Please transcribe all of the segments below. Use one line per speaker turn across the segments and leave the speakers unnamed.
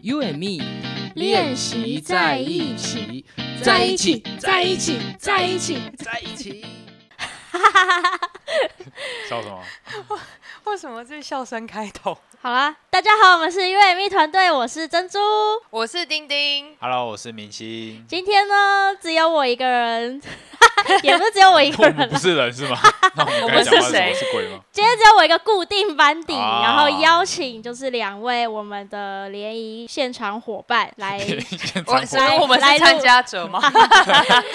You and me
练习在一起，
起，
在一起，在一起，在一起。
在一起。
笑什么？
为什么是笑声开头？
好啦，大家好，我们是 U M E 团队，我是珍珠。
我是丁丁，
Hello，我是明 星。
今天呢，只有我一个人， 也不是只有我一
我
个
们
人
不
啦，
是人是吗？那我们
我
该
们
讲话什
是
么
谁
是鬼吗？
今天只有我一个固定班底，
啊
然后邀请就是两位我们的联谊现场伙伴来
现
我
场
是
火
我们
来
是
录
参加者吗？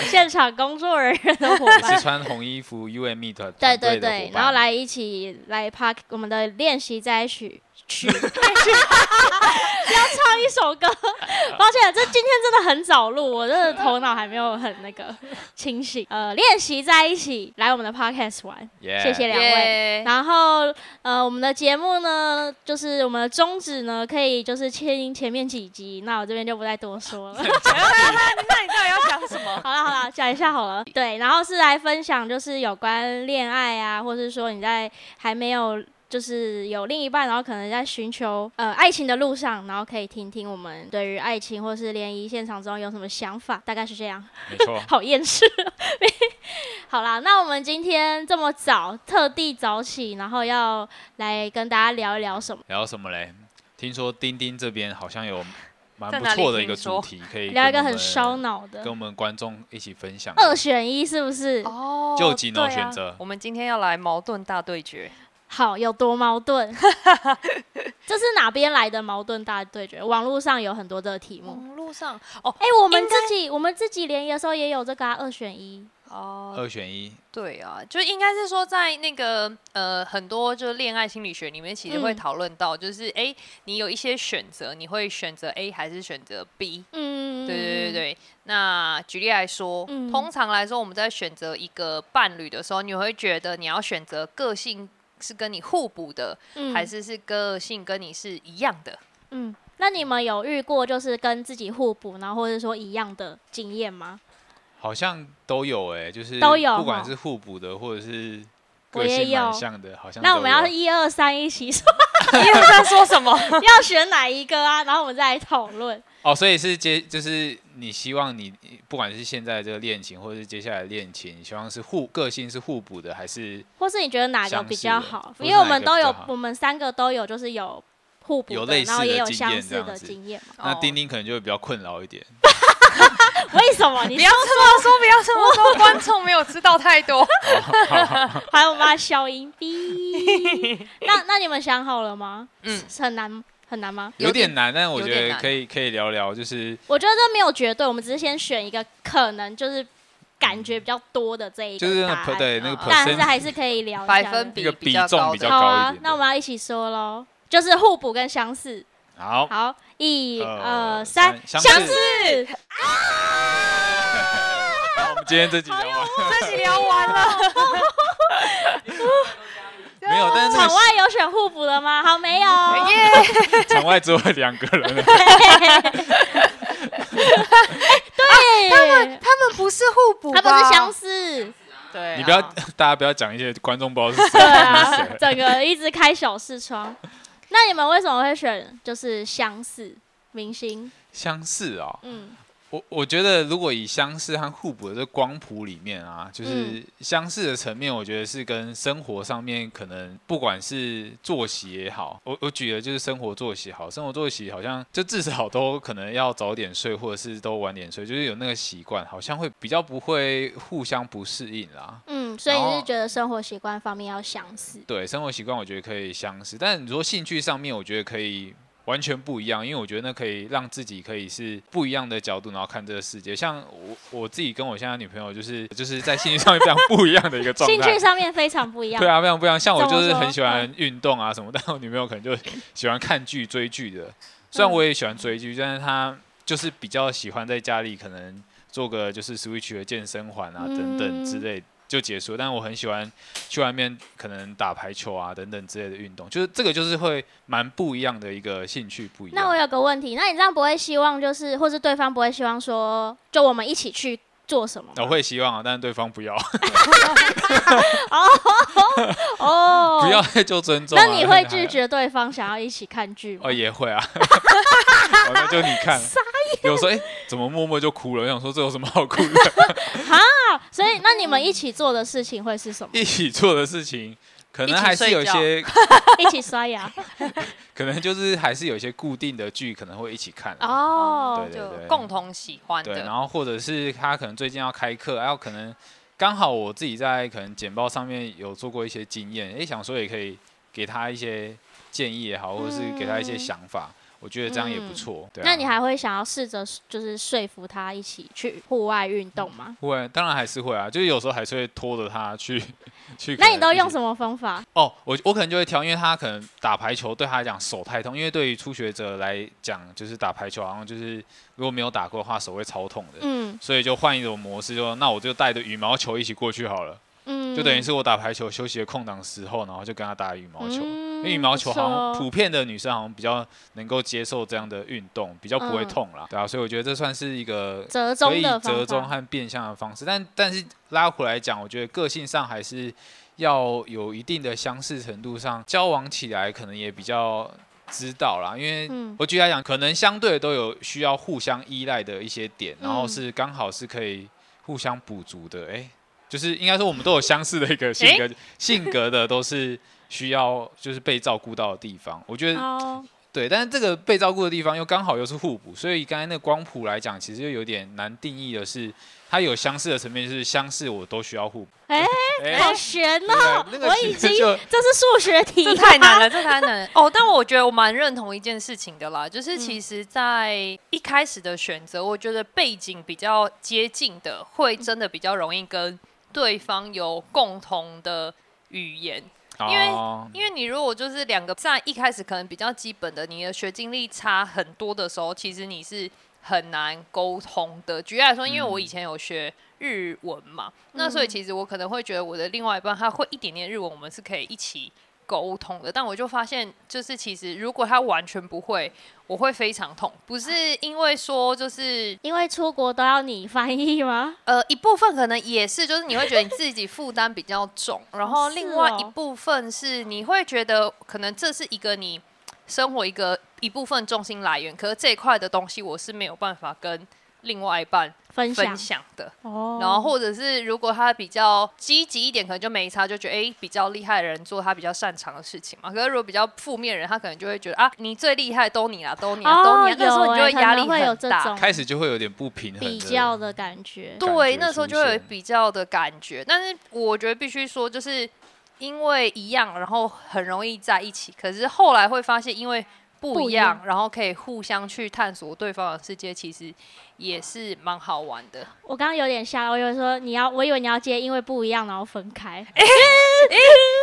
现场工作人员的伙
我是
伴。
穿红衣服 U M E 的
对
团
对
队的
对
伙，
然后
伴，
来一起来 park 我们的练习在一起 曲，曲 要唱一首歌。 抱歉，这今天真的很早录，我真的头脑还没有很那个清醒。呃，练习在一起来我们的 podcast 玩，
Yeah
谢 谢两位。
耶
然后呃，我们的节目呢，就是我们的宗旨呢，可以就是牵引前面几集，那我这边就不再多说了。
那你到底要讲什么？
好了好了，讲一下好了。对，然后是来分享就是有关恋爱啊，或是说你在还没有就是有另一半，然后可能在寻求呃爱情的路上，然后可以听听我们对于爱情或是联谊现场中有什么想法，大概是这样。 。
没错
好厌世。 好啦，那我们今天这么早，特地早起，然后要来跟大家聊一聊什么？
聊什么嘞？听说钉钉这边好像有蛮
在
不
哪里
错的一个
听说
主题，可以
聊一个
跟我
很
们
烧脑的
跟，我们观众一起分享。
二选一是不是？
哦
就几种
对啊
选择
我们今天要来矛盾大对决。
好，有多矛盾？ 这是哪边来的矛盾大对决？网络上有很多的题目。
哦网络上
哎、我们自己我们自己联谊的时候也有这个、啊、二选一，
哦，
二选一，
对啊，就应该是说在那个呃很多就是恋爱心理学里面，其实会
嗯
讨论到，就是哎、你有一些选择，你会选择 A 还是选择 B？
嗯，
对对对对，那举例来说，
嗯
通常来说，我们在选择一个伴侣的时候，你会觉得你要选择个性是跟你互补的，
嗯
还是是个性跟你是一样的？
嗯。那你们有遇过就是跟自己互补，然后或者说一样的经验吗？
好像都有哎，就是
都有
不管
哈
是互补的或者是
我
个
也
性蛮
有
像的，好像
那
都
我们要
有
一二三一起说，
你又在说什 么？
要选哪一个啊？然后我们再来讨论。
哦，所以是接就是你希望你不管是现在这个恋情，或者是接下来的恋情，你希望是互个性是互补的，还是
或是你觉得哪个
相
比
似
较
的
好？
或
因
是
为我
哪
们
个
都
比较
有
好，
我们三个都有，就是有互补
有
的，
类
然后
似
也
的
有
经
相
验这
似
样
的
子
经验嘛。
那
哦
丁丁可能就会比较困扰一点。
为什 么？你
不要这么说，不要这么说，观众没有知道太多。
还有吗？小银币。那那你们想好了吗？
嗯
是很难很难吗？
有
有点
点
难，但我
有
觉
点
得
难
可以可以聊聊，就是
我觉得这没有绝对，我们只是先选一个可能就是感觉比较多的这一个
就是那
答
个 per-
案，嗯
对那个
啊
但是
percent
还是可以聊一
百
下
分
的
那
比
个
比
比
较
重
高
比
的
较
好
高一
啊
点，的
那我们要一起说喽，就是互补跟相似。
好
好，一
呃
二三，
三
相
相似
似。
我们今天这集聊完
这集 聊完了，
没有，但是
场
那个
外有选互补的吗？好，没有。
耶！
场外只有两个人了，
对，他们
他们不是互补吧，
他们是相似，
对啊，
你不要大家不要讲一些观众不知道是谁
对
他们是
啊
谁，，
整个一直开小视 窗。那你们为什么会选就是相似明星？
相似哦。
嗯
我我觉得，如果以相似和互补的这光谱里面啊，就是相似的层面，我觉得是跟生活上面可能不管是作息也好，我我举的就是生活作息好，生活作息好像就至少都可能要早点睡，或者是都晚点睡，就是有那个习惯，好像会比较不会互相不适应啦。
嗯，所以
然
你
后
是觉得生活习惯方面要相似？
对，生活习惯我觉得可以相似，但你说兴趣上面，我觉得可以完全不一样，因为我觉得那可以让自己可以是不一样的角度，然后看这个世界。像我我自己跟我现在女朋友，就是就是在兴趣上面非常不一样的一个状
兴趣
态。
上面非常不一样。
对啊，非常不一样。像我
怎么
就是很
说嗯
喜欢运动啊什么，但 我女朋友可能就喜欢看剧、追剧的。虽
嗯
然我也喜欢追剧，但是她就是比较喜欢在家里可能做个就是 Switch 的健身环啊等等之
嗯
类就结束。但我很喜欢去外面可能打排球啊等等之类的运动，就是这个就是会蛮不一样的一个兴趣不一样。
那我有个问题，那你这样不会希望就是，或是对方不会希望说，就我们一起去做什么吗？
我会希望啊，但是对方不要，
哦，
不要再就尊重啊。
那你 会拒绝对方想要一起看剧吗
哦，？也会啊。哦那就你看，有时候哎、怎么默默就哭了？我想说这有什么好哭的？
啊所以那你们一起做的事情会是 什么？
一起做的事情，可能
一起
还是
睡
有一
觉
些，
一起刷牙
可能就是还是有一些固定的剧，可能会一起看啊。
哦
对，
就共同喜欢
对，
的
然，后或者是他可能最近要开课，然后可能刚好我自己在可能简报上面有做过一些经验，诶，想说也可以给他一些建议也好，或者是给他一些
嗯
想法，我觉得这样也不
嗯
错。对啊
那你还会想要试着就是说服他一起去户外运动吗？
会，当然还是会啊，就是有时候还是会拖着他去 去。
那你都用
么？
什么方法？
哦，我我可能就会挑，因为他可能打排球对他来讲手太痛，因为对于初学者来讲，就是打排球好像就是如果没有打过的话，手会超痛的。
嗯
所以就换一种模式就，那我就带着羽毛球一起过去好了，
嗯，
就等于是我打排球休息的空档时候，然后就跟他打羽毛球。
嗯
因为羽毛球好像
不错哦
普遍的女生好像比较能够接受这样的运动，比较不会
嗯
痛啦，对啊，所以我觉得这算是一个
折
可
中
以
的方法
折中和变相的方式，但但是拉回来讲，我觉得个性上还是要有一定的相似程度上，交往起来可能也比较知道啦，因为
嗯
我举例来讲，可能相对都有需要互相依赖的一些点，然后
嗯
是刚好是可以互相补足的，哎、就是应该说我们都有相似的一个性格，性格的都是需要就是被照顾到的地方，我觉得
哦，
对，但是这个被照顾的地方又刚好又是互补，所以刚才那个光谱来讲，其实就有点难定义的是，它有相似的层面，就是相似我都需要互补。
哎
哎
好悬
对
哦！
那个
我
其
已
实
经
就
这是数学题，
这太难了，这太难了。哦，但我觉得我蛮认同一件事情的啦，就是其实，在一开始的选择，我觉得背景比较接近的，会真的比较容易跟对方有共同的语言。因为
哦
因为你如果就是两个在一开始可能比较基本的，你的学经历差很多的时候，其实你是很难沟通的。举例来说，因为我以前有学日文嘛，那所以其实我可能会觉得我的另外一半他会一点点日文，我们是可以一起沟通的。但我就发现，就是其实如果他完全不会，我会非常痛。不是因为说就是
因为出国都要你翻译吗？
呃，一部分可能也是，就是你会觉得你自己负担比较重，然后
是
另外一
哦
部分是你会觉得可能这是一个你生活一个一部分重心来源，可是这一块的东西我是没有办法跟另外一半
分享
分享的。
哦，
然后或者是如果他比较积极一点，可能就没差，就觉得哎、诶比较厉害的人做他比较擅长的事情嘛。可是如果比较负面的人，他可能就会觉得啊，你最厉害，都你啦，都你啦，都
哦
你啦。那啊时候
有
你就
欸可
压
能
力
会有
很
这
大。
种
开始就会有点不平衡的
比较的感觉，
感
对，
觉
那时候
出
就会有
现
比较的感觉，但是我觉得必须说，就是因为一样，然后很容易在一起。可是后来会发现，因为
不
不
一
一
样
样，然后可以互相去探索对方的世界，其实也是蛮好玩 的。
我刚刚有点吓到，我以为说你要，我以为你要接，因为不一样然后分开。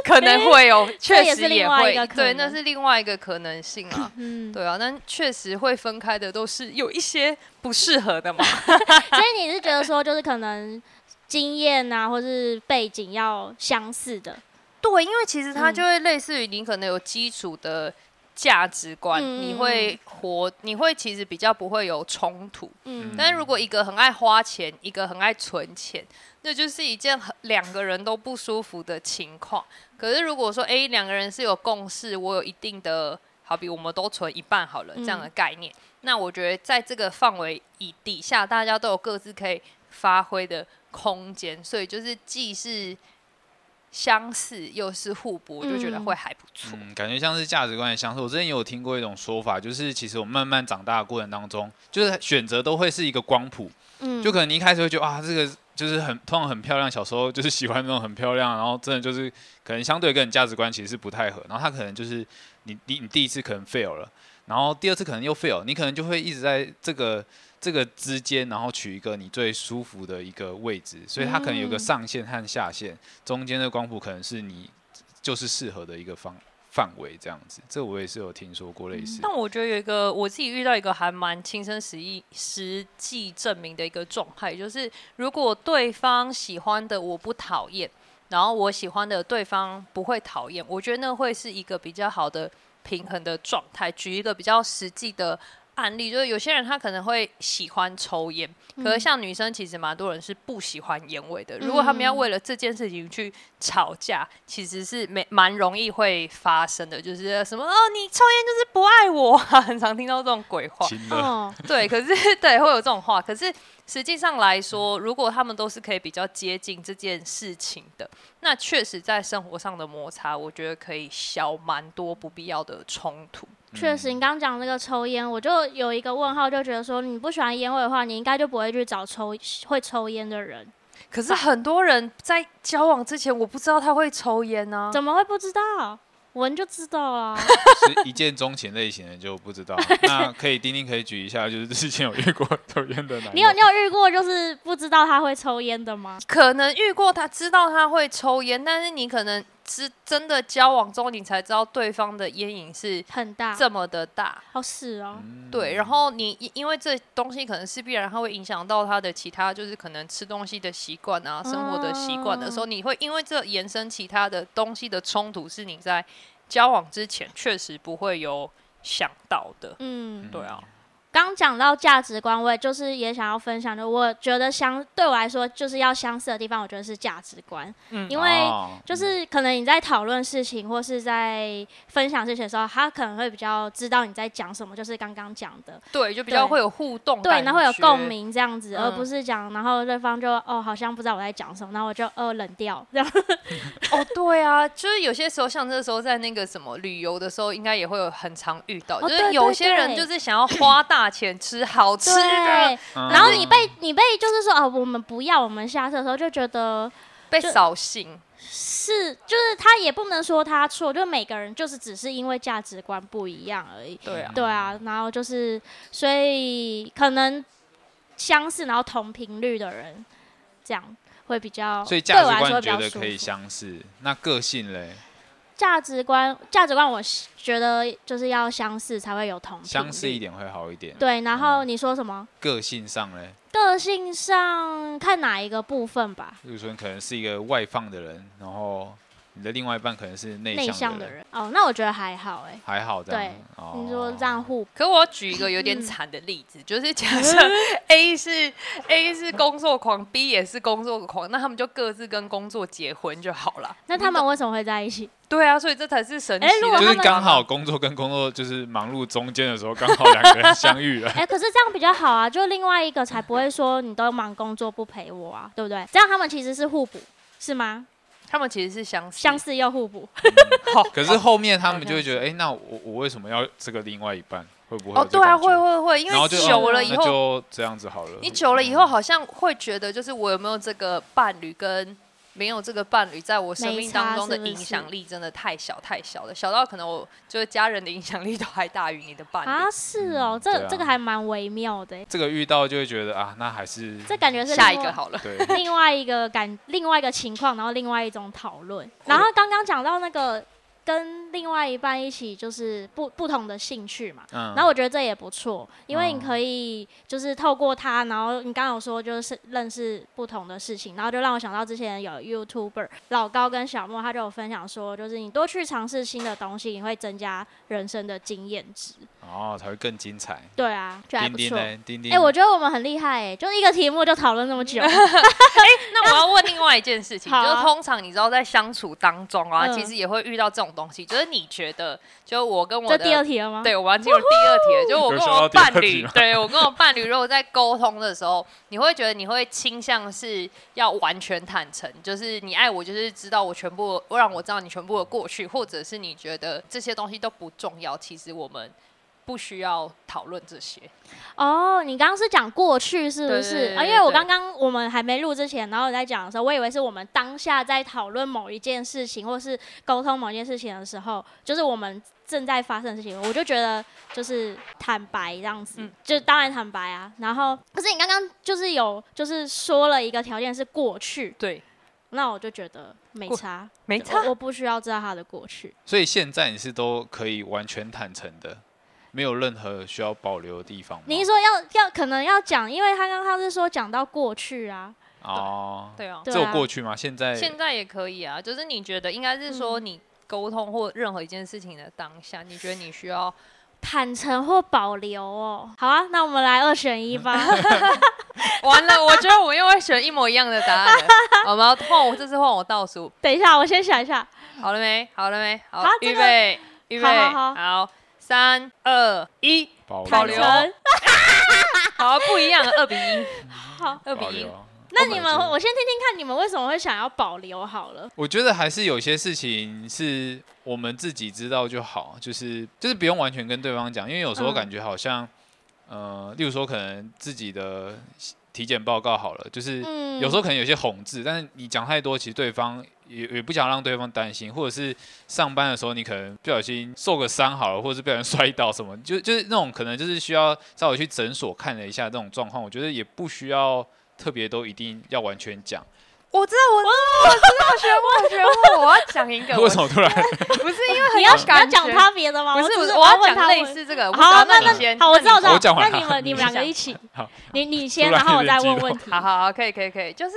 可能会有，确
也是
实
另
也
外一
会
个，可
对，那
能
是另外一个可能性 啊。
嗯，
对啊，但确实会分开的都是有一些不适合的 嘛。
所以你是觉得说，就是可能经验啊，或是背景要相似的，
对，因为其实它
嗯
就会类似于你可能有基础的价值观，
嗯
你
嗯
会活，你会其实比较不会有冲突。
嗯，
但是如果一个很爱花钱，一个很爱存钱，那就是一件很两个人都不舒服的情况。可是如果说，诶两个人是有共识，我有一定的，好比我们都存一半好
嗯
了这样的概念，那我觉得在这个范围以底下，大家都有各自可以发挥的空间，所以就是既是相似又是互补，我就觉得
嗯
会还不错。
嗯，感觉像是价值观的相似。我之前也有听过一种说法，就是其实我们慢慢长大的过程当中，就是选择都会是一个光谱，
嗯
就可能你一开始会觉得啊，这个就是很通常很漂亮，小时候就是喜欢那种很漂亮，然后真的就是可能相对跟你价值观其实是不太合，然后他可能就是你你你第一次可能 fail 了，然后第二次可能又 fail，你可能就会一直在这个这个之间，然后取一个你最舒服的一个位置，所以它可能有个
嗯
上限和下限，中间的光谱可能是你就是适合的一个方范围这样子，这我也是有听说过
嗯
类似。
但我觉得有一个我自己遇到一个还蛮亲身实意实际证明的一个状态，就是如果对方喜欢的我不讨厌，然后我喜欢的对方不会讨厌，我觉得那会是一个比较好的平衡的状态。举一个比较实际的案例，就是有些人他可能会喜欢抽烟，
嗯
可是像女生其实蛮多人是不喜欢烟味的。如果他们要为了这件事情去吵架，其实是没蛮容易会发生的，就是什么哦，你抽烟就是不爱我、啊， 很常听到这种鬼话。
亲了，
哦，
对，可是对会有这种话，可是实际上来说，如果他们都是可以比较接近这件事情的，那确实在生活上的摩擦，我觉得可以消蛮多不必要的冲突。
确实，你刚刚讲那个抽烟，我就有一个问号，就觉得说你不喜欢烟味的话，你应该就不会去找抽会抽烟的人，
可是很多人在交往之前，我不知道他会抽烟啊呢、
怎么会不知道？闻就知道啊啦。
嗯
是一见钟情类型的就 不知道。那可以，丁丁可以举一下，就是之前有遇过抽烟的男友，
你有你有遇过就是不知道他会抽烟的吗？
可能遇过他，知道他会抽烟，但是你可能知真的交往之后，你才知道对方的烟瘾是
很大，
这么的大。
哦是哦，
嗯
对，然后你因因为这东西可能是必然，它会影响到他的其他，就是可能吃东西的习惯啊，生活的习惯的时
嗯
候，你会因为这延伸其他的东西的冲突，是你在交往之前确实不会有想到的。
嗯，
对啊，
刚讲到价值观，我也就是也想要分享的，我觉得相对我来说就是要相似的地方，我觉得是价值观，
嗯
因为
哦
就是可能你在讨论事情或是在分享事情的时候，他可能会比较知道你在讲什么，就是刚刚讲的，
对，就比较
对
会有互动，
对，然后有共。鸣这样子，
嗯
而不是讲，然后对方就哦好像不知道我在讲什么，然后我就哦冷掉这样，
哦，对啊，就是有些时候，像这时候在那个什么旅游的时候，应该也会有很常遇到，
哦
就
对
是有
对
些人
对
就是想要花大钱吃好吃的，
对，
嗯
然后你被你被就是说哦我们不要，我们下次的时候就觉得。
被
就
扫兴。
是，就是他也不能说他错，就每个人就是只是因为价值观不一样而已。
对啊，
对啊，
嗯
然后就是所以可能相似，然后同频率的人，这样会比较
嗯所以
对我
价值
来说
观
会比较
觉得
舒
可以
服
相似，那个性嘞，
价值观，价值观我是觉得就是要相似才会有同频
相似一嗯
率。
点会好一点。，
嗯对，然后你说什么？
个性上嘞，个
个性上看哪一个部分吧，
如说你可能是一个外放的人，然后你的另外一半可能是内
内向
向
的
人，
人。哦，那我觉得还好哎、
还好这样。哦
你说这样互
可我要举一个有点惨的例子，就是假 设 A 是 A 是工作狂，B 也是工作狂，那他们就各自跟工作结婚就好了。
那他们为什么会在一起？
对啊，所以这才是神奇
哎如果
的。
就
他
是
们
刚好工作跟工作就是忙碌中间的时候，刚好两个人相遇了。
哎、可是这样比较好啊，就另外一个才不会说你都忙工作不陪我啊，对不对？这样他们其实是互补，是吗？
他们其实是相似
相似又互补，
可是后面他们就会觉得，哎、那我我为什么要这个另外一半？会不会有
哦，
这
对啊，
感觉
会会会，因
然后
为
就哦嗯
久了以
那
后，
就这样子好了。嗯
你久了以后好像会觉得，就是我有没有这个伴侣跟。没有这个伴侣，在我生命当中的
没差是
影
不是
响力真的太小太小了，小到可能我就是家人的影响力都还大于你的伴侣。
啊，是哦，
嗯
这、
对啊
这个还蛮微妙的欸，
这个遇到就会觉得啊，那还是
这感觉是
下一
另
个
外
好了，
对，
另外一个感，另外一个情况，然后另外一种讨论。然后刚刚讲到那个跟另外一半一起，就是不不同的兴趣嘛。
嗯，
然后我觉得这也不错，因为你
嗯
可以就是透过他，然后你刚刚有说就是认识不同的事情，然后就让我想到之前有 YouTuber 老高跟小莫，他就有分享说，就是你多去尝试新的东西，你会增加人生的经验值。
哦才会更精彩。
对啊，就还
钉
不
钉
错。
呢？钉钉，
哎、我觉得我们很厉害哎、就一个题目就讨论那么久。
嗯那我要问另外一件 事情，
好啊
就是通常你知道在相处当中啊，
嗯
其实也会遇到这种东西，就是你觉得，就我跟我
这第二
的。
题了吗？
对，我要进入第二题了，就我跟
有想
我
到第二
伴
题
侣
吗，
对我跟我伴侣，如果在沟通的时候，你会觉得你会倾向是要完全坦诚，就是你爱我，就是知道我全部，让我知道你全部的过去，或者是你觉得这些东西都不重要，其实我们不需要讨论这些。
哦，你刚刚是讲过去是不
对对
是？
对
啊，因为我
对
刚刚我们还没录之前，然后你在讲的时候，我以为是我们当下在讨论某一件事情，或是沟通某一件事情的时候，就是我们正在发生的事情，我就觉得就是坦白这样子，
嗯
就当然坦白啊。然后，可是你刚刚就是有就是说了一个条件是过去，
对，
那我就觉得没
过
差，
没
我我不需要知道他的过去。
所以现在你是都可以完全坦诚的，没有任何需要保留的地方吗。
你是说要要可能要讲，因为他刚刚是说讲到过去啊，
哦，
对啊，
对
只有
啊
过去吗？现在
现在也可以啊，就是嗯你觉得应该是说你沟通或任何一件事情的当下，你觉得你需要
坦诚或保留哦。好啊，那我们来二选一 吧。
完了，我觉得我们又会选一模一样的答案了。我们要换我，这次换我倒数，
等一下，我先想一下。
好了没？好了没？好
好，这
预
个
备，预备，
好好
好，三二一，
保
保
坦
留
诚。
好，不一样了，二比一，
好，
二
保
比一
留。。
那你们，
保留
我先听听看你们为什么会想要保留好了。
我觉得还是有些事情是我们自己知道就好，就是就是不用完全跟对方讲，因为有时候
嗯
感觉好像，呃，例如说可能自己的体检报告好了，就是
嗯
有时候可能有些哄字，但是你讲太多，其实对方也也不想让对方担心，或者是上班的时候你可能不小心受个伤好了，或者是不小心 摔倒什么，就就是那种可能就是需要稍微去诊所看了一下这种状况，我觉得也不需要特别都一定要完全讲。
我知道，我知道，我知道，漩涡，漩涡，我要讲一 个，
为
我
什么突然？
不是因为很
你要
有
你要
感
讲
觉
他别的吗？
不是
只
不是，
是
我要
问
讲
他
类
我。
似这个。我
好啊，
知道
那
那你先，
好，我知道，我知
那
道
我。讲完
那你
了
们你
你
们两
先
个一起
好，
你你先，
突然
然后
有
我
点
再
激
问
动
问题。
好好好，可以可以可以，就是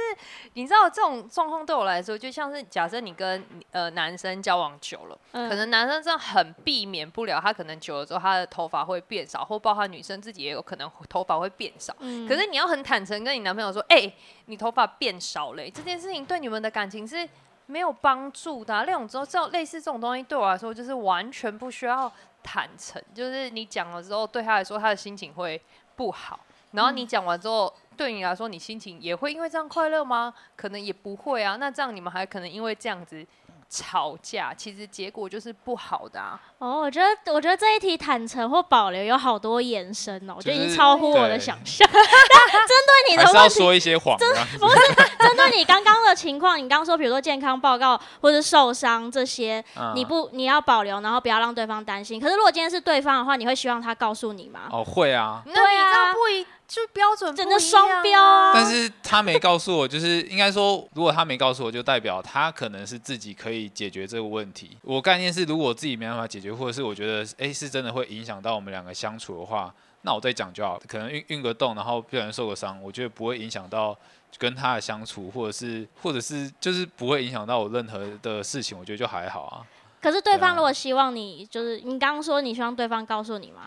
你知道这种状况对我来说，就像是假设你跟呃男生交往久了，
嗯
可能男生这样很避免不了，他可能久了之后他的头发会变少，或包括女生自己也有可能头发会变少。
嗯
可是你要很坦诚跟你男朋友说，哎、你头发变少了欸、这件事情对你们的感情是没有帮助的啊、那种之后，这种类似这种东西对我来说，就是完全不需要坦诚，就是你讲了之后，对他来说他的心情会不好，
嗯
然后你讲完之后。对你来说，你心情也会因为这样快乐吗？可能也不会啊。那这样你们还可能因为这样子吵架，其实结果就是不好的啊。
哦，我觉得我觉得这一题坦诚或保留有好多延伸哦，我觉得已
就
经
是
超乎我的
对
想象。 但针对你
还
的
是要
问题，
说一些谎，这样子
针对你刚刚的情况，你刚说比如说健康报告或者受伤这些，
嗯
你
啊
不你要保留，然后不要让对方担心。可是如果今天是对方的话，你会希望他告诉你吗？
哦会啊，
那你
对
这
啊
样不一就标准不
真
一
的双
样
标
啊
啊
但是他没告诉我，就是应该说，如果他没告诉我，就代表他可能是自己可以解决这个问题。我概念是，如果我自己没办法解决，或者是我觉得哎、诶是真的会影响到我们两个相处的话，那我再讲就好。可能运运个动，然后不小心受个伤，我觉得不会影响到跟他的相处，或者是或者是就是不会影响到我任何的事情，我觉得就还好啊。
可是对
对啊
方如果希望你，就是你刚刚说你希望对方告诉你嘛，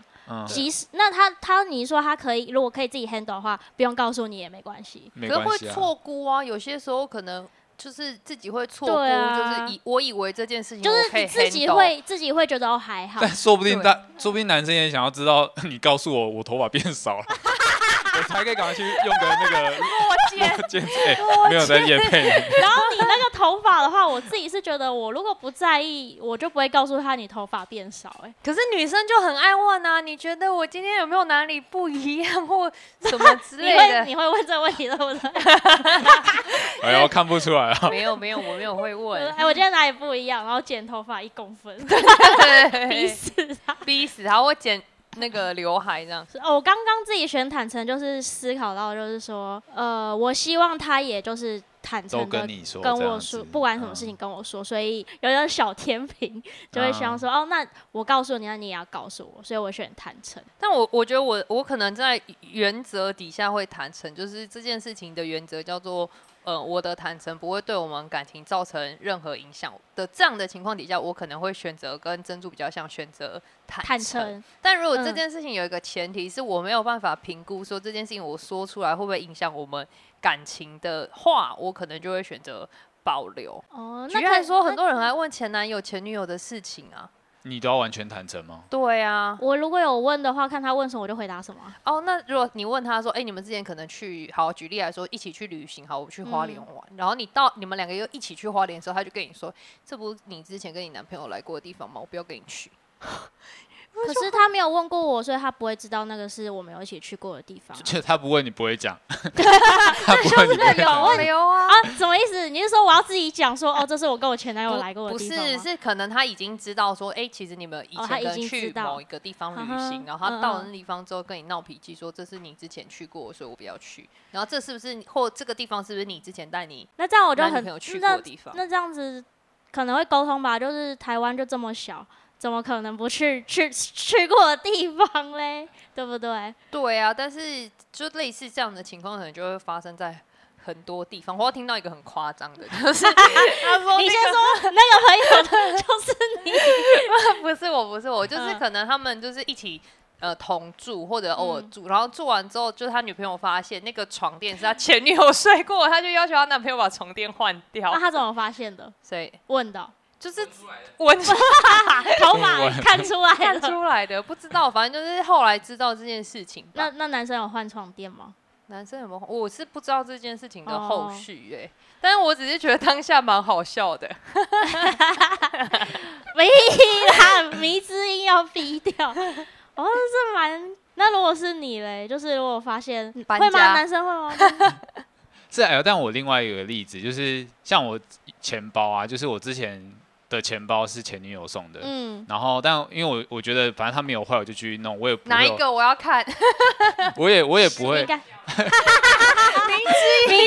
嗯，
啊
即使那他他你说他可以，如果可以自己 handle 的话，不用告诉你也没关系。
没
可是
关
会
系啊。
错估啊，有些时候可能就是自己会错估，
对啊
就是以我以为这件事情
就
我可
是
以
你自己
handle
会自己会觉得哦还好
但，说不定
对
大，说不定男生也想要知道， 你告诉我我头发变少了， 我才可以赶快去用个那 个
我
墨镜，哎没有在夜配你，
然后你那个头发的话，我自己是觉得我如果不在意，我就不会告诉他你头发变少、欸。
可是女生就很爱问啊，你觉得我今天有没有哪里不一 样或什么之
你
类
会
的？
你会问这个问题对不对？
哎呦看不出来啊，
没有没有，我没有会问，
哎，我今天哪里不一样？然后剪头发一公分， 逼死他。
逼死他，我剪那个刘海这样。
哦，我刚刚自己选坦诚，就是思考到，就是说，呃，我希望他也就是坦
都
诚的
跟你说，
跟
这样
我
子嗯
说，不管什么事情，跟我说，所以有点小天平，就会希
嗯
望说，哦，那我告诉你，那你也要告诉我，所以我选坦诚。
但我我觉得我我可能在原则底下会坦诚，就是这件事情的原则叫做，呃，我的坦诚不会对我们感情造成任何影响的这样的情况底下，我可能会选择跟珍珠比较像，选择坦
坦诚，
但如果这
嗯
件事情有一个前提是我没有办法评估说这件事情我说出来会不会影响我们感情的话，我可能就会选择保留。
哦，
举
那
例
可
来
以
说，很
那
多人还问前男友、前女友的事情啊。
你都要完全坦诚吗？
对啊，
我如果有问的话，看他问什么我就回答什么啊。
哦，那如果你问他说，哎、你们之前可能去，好，举例来说，一起去旅行，好，我们去花莲
嗯
玩，然后你到你们两个又一起去花莲的时候，他就跟你说，这不是你之前跟你男朋友来过的地方吗？我不要跟你 去。
可是他没有问过我，所以他不会知道那个是我们有一起去过的地方啊。
就他不问你不 会讲，他不问你不会讲，
有有啊
啊，什么意思？你是说我要自己讲说哦，这是我跟我前男友来过的
不
地方吗
是，是可能他已经知道说，哎、其实你们以
哦
前
他
可
已
能
经知
去
道
某一个地方旅
嗯
行，
哼
然后他到
嗯
了
嗯
那地方之后跟你闹脾气，说这是你之前去过，所以我不要去。然后这是不是或这个地方是不是你之前带你
那这样我就
男女
很
朋友去过
那
的地方？
那这样子可能会沟通吧，就是台湾就这么小，怎么可能不去 去去过的地方嘞？对不对？
对啊，但是就类似这样的情况，可能就会发生在很多地方。我又听到一个很夸张的，就是 他说
你
那
先
个
说那个朋友的就是 你，
不是我，不是我，就是
嗯
可能他们就是一起。呃，同住或者偶尔
嗯
住，然后住完之后，就是他女朋友发现那个床垫是他前女友睡过，他就要求他男朋友把床垫换掉
那，他怎么发现的？
所以
问的哦，
就是闻出
头发
我
看出来
看
了。
出来的，不知道，反正就是后来知道这件事情
那
吧。
那男生有换床垫吗？
男生有没有？我是不知道这件事情的后
哦
续哎、但是我只是觉得当下蛮好笑的。
没啦，迷之音要逼掉。 哦，这蛮……那如果是你嘞，就是如果发现
搬
会吗？
家
男生会吗？
这哎呦，但我另外一个例子就是像我钱包啊，就是我之前的钱包是前女友送的，
嗯，
然后但因为我我觉得反正他没有坏，我就去弄，我也不
哪
会
一
有，
个我要看？
我也我也不
应
会，
该。迷之音，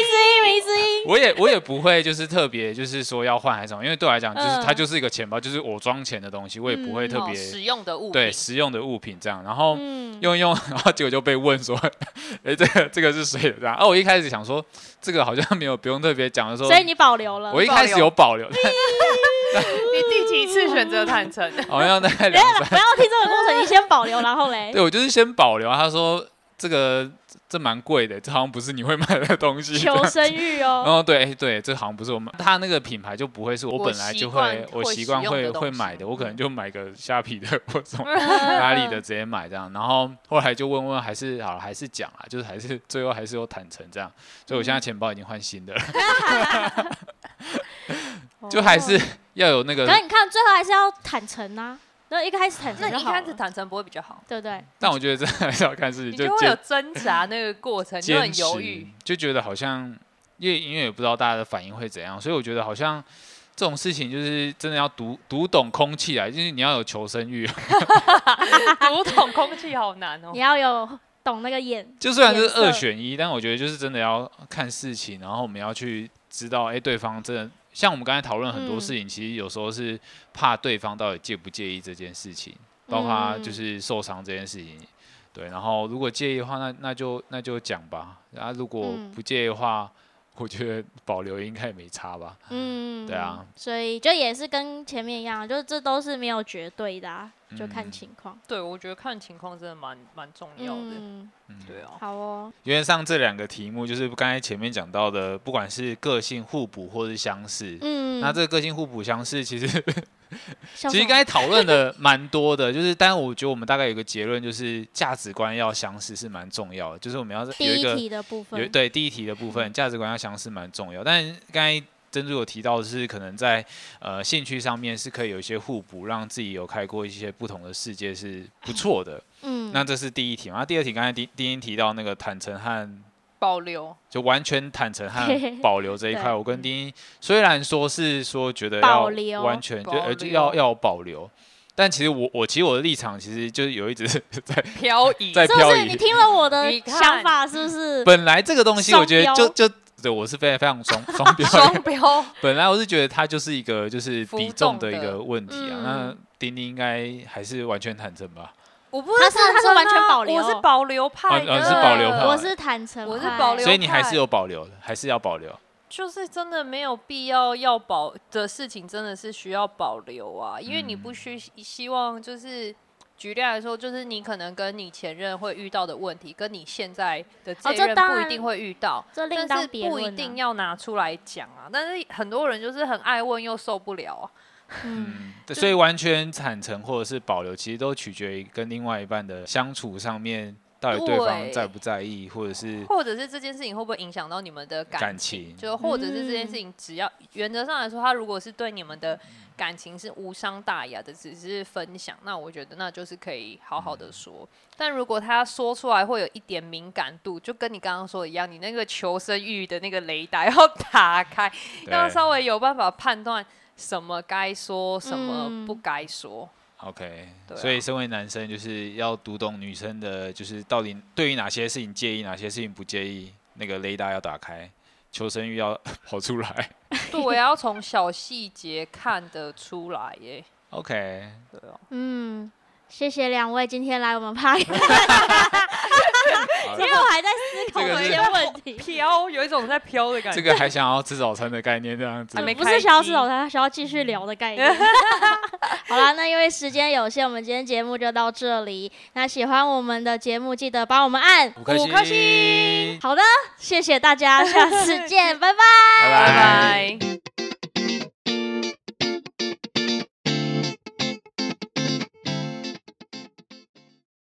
迷之音，
我也我也不会就是特别就是说要换还是什么，因为对我来讲就是它
嗯
就是一个钱包，就是我装钱的东西，我也不会
嗯
特
哦
别
实用的物
对
品。
实用的物品这样，然后。
嗯，
用一用， 然后结果就被问说：“ 哎、这个这个是谁的？”这样。啊，我一开始想说，这个好像没有不用特别讲，就说
所以你保留了。
我一开始有保留， 但
你第几次选择坦诚？
好像大 概
不要
两三
不要听这个过程，你先保留，然后嘞，
对我就是先保留啊。他说这个这这蛮贵的，这好像不是你会买的东西。这样
求生欲
然
哦。
后对，哎对，这好像不是我买，他那个品牌就不会是我
我
本来
习
就
惯
会
会
我
使
习惯
用
会
的东
会
西
买的，我可能
嗯
就买个虾皮的或从哦哪
哪
里的？直接买这样。然后后来就问问，还是好了，还是讲啊，就是还是最后还是有坦诚这样。所以我
嗯
现在钱包已经换新的
哦
了，就还 是呃要有那个
嗯哦可。是你看，最后还是要坦诚啊。那一开始坦
那
诚就
你一
好了，
开始坦诚不会比较好，
对不对？
但我觉得这还是要看事
你
情，
就会有
坚
挣扎那个过程，你就
坚
很犹
持
豫。，
就觉得好像，因为因为也不知道大家的反应会怎样，所以我觉得好像。这种事情就是真的要读读懂空气啊，就是你要有求生欲，
读懂空气好难哦
你。要有懂那个眼，
就虽然是
颜色
二选一，但我觉得就是真的要看事情，然后我们要去知道，哎、对方真的像我们刚才讨论很多
嗯
事情，其实有时候是怕对方到底介不介意这件事情，包括
嗯
就是受伤这件事情。对，然后如果介意的话，那那就那就讲吧。啊，如果
嗯
不介意的话，我觉得保留应该也没差吧。
嗯，
对啊，
所以就也是跟前面一样，就是这都是没有绝对的、啊，就看
嗯
情况。
对，我觉得看情况真的蛮蛮重要的。
嗯，
嗯，
对啊，
好哦，
因为上这两个题目，就是刚才前面讲到的，不管是个性互补或是相似，
嗯，
那这个个性互补相似，其实
笑
其
什
实
么
刚才讨论的蛮多的，就是，但我觉得我们大概有个结论，就是价值观要相似是蛮重要的，就是我们要
第
有一
一
个
题的部
有
分，嗯
对第一题的部分，价值观要相似蛮重要。但刚才珍珠有提到的是，可能在呃兴趣上面是可以有一些互补，让自己有开过一些不同的世界是不错的。
嗯，
那这是第一题嘛？那第二题刚才丁丁丁提到那个坦诚和
保留
就完全坦诚和保留这一块，
对
我跟丁一虽然说是说觉得
保
要
留
完全就
保
呃就
留
要要保留，但其实我我其实我的立场其实就是有一直 在
漂移，
在
是不
漂
是你
移。
听了我的
你看
想法？是不是？
本来这个东西我觉得
双
就
标
就对我是非常非常双 双标的。
双标。
本来我是觉得它就是一个就是
浮
比重
动
的一
的
个问题啊，
嗯
那丁丁应该还是完全坦诚吧？
我不
他是
坦
他是
诚
完全
啊
保留
我是保留派
哦
的，
哦是保留派
我是坦诚派，
我是保留
所以你还是有保留的，还是要保留。
就是真的没有必要要保的事情，真的是需要保留啊，因为你不
嗯
需希望就是。举例来说，就是你可能跟你前任会遇到的问题，跟你现在的这
哦
一
这
任
当
不一
然
定会遇到，
这另
但
当
是
别
不
论、啊，
一定要拿出来讲啊。但是很多人就是很爱问又受不了啊。
嗯，
嗯，对所以完全坦诚或者是保留，其实都取决于跟另外一半的相处上面，到底对方
对
在不在意，或者是
或者是这件事情会不会影响到你们的感
感
情？
情。
就或者是这件事情，只要原则上来说，他如果是对你们的感情是无伤大雅的，只是分享，那我觉得那就是可以好好
嗯
的说。但如果他说出来会有一点敏感度，就跟你刚刚说的一样，你那个求生欲的那个雷达要 打开，要
对
稍微有办法判断什么该说，什么
嗯
不该说。
OK，
对啊
所以身为男生就是要读懂女生的，就是到底对于哪些事情介意，哪些事情不介意，那个雷达要打开，求生欲要 跑出 来。
对，我要从小细节看得出来耶。
OK，
对哦，
嗯，谢谢两位今天来我们 p a r
好
因为我还在思考
这个
一
是
些问题。
飘，有一种在飘的感
这
觉。
个还想要吃早餐的概念这样子
还。没
啊不
开
是想要
机嗯
吃早餐，想要继续聊的 概念。 好啦，那因为时间有限，我们今天节目就到这里。那喜欢我们的节目，记得帮我们按
五颗星，
五颗
好的，谢谢大家，下次见，拜拜。
拜
拜拜。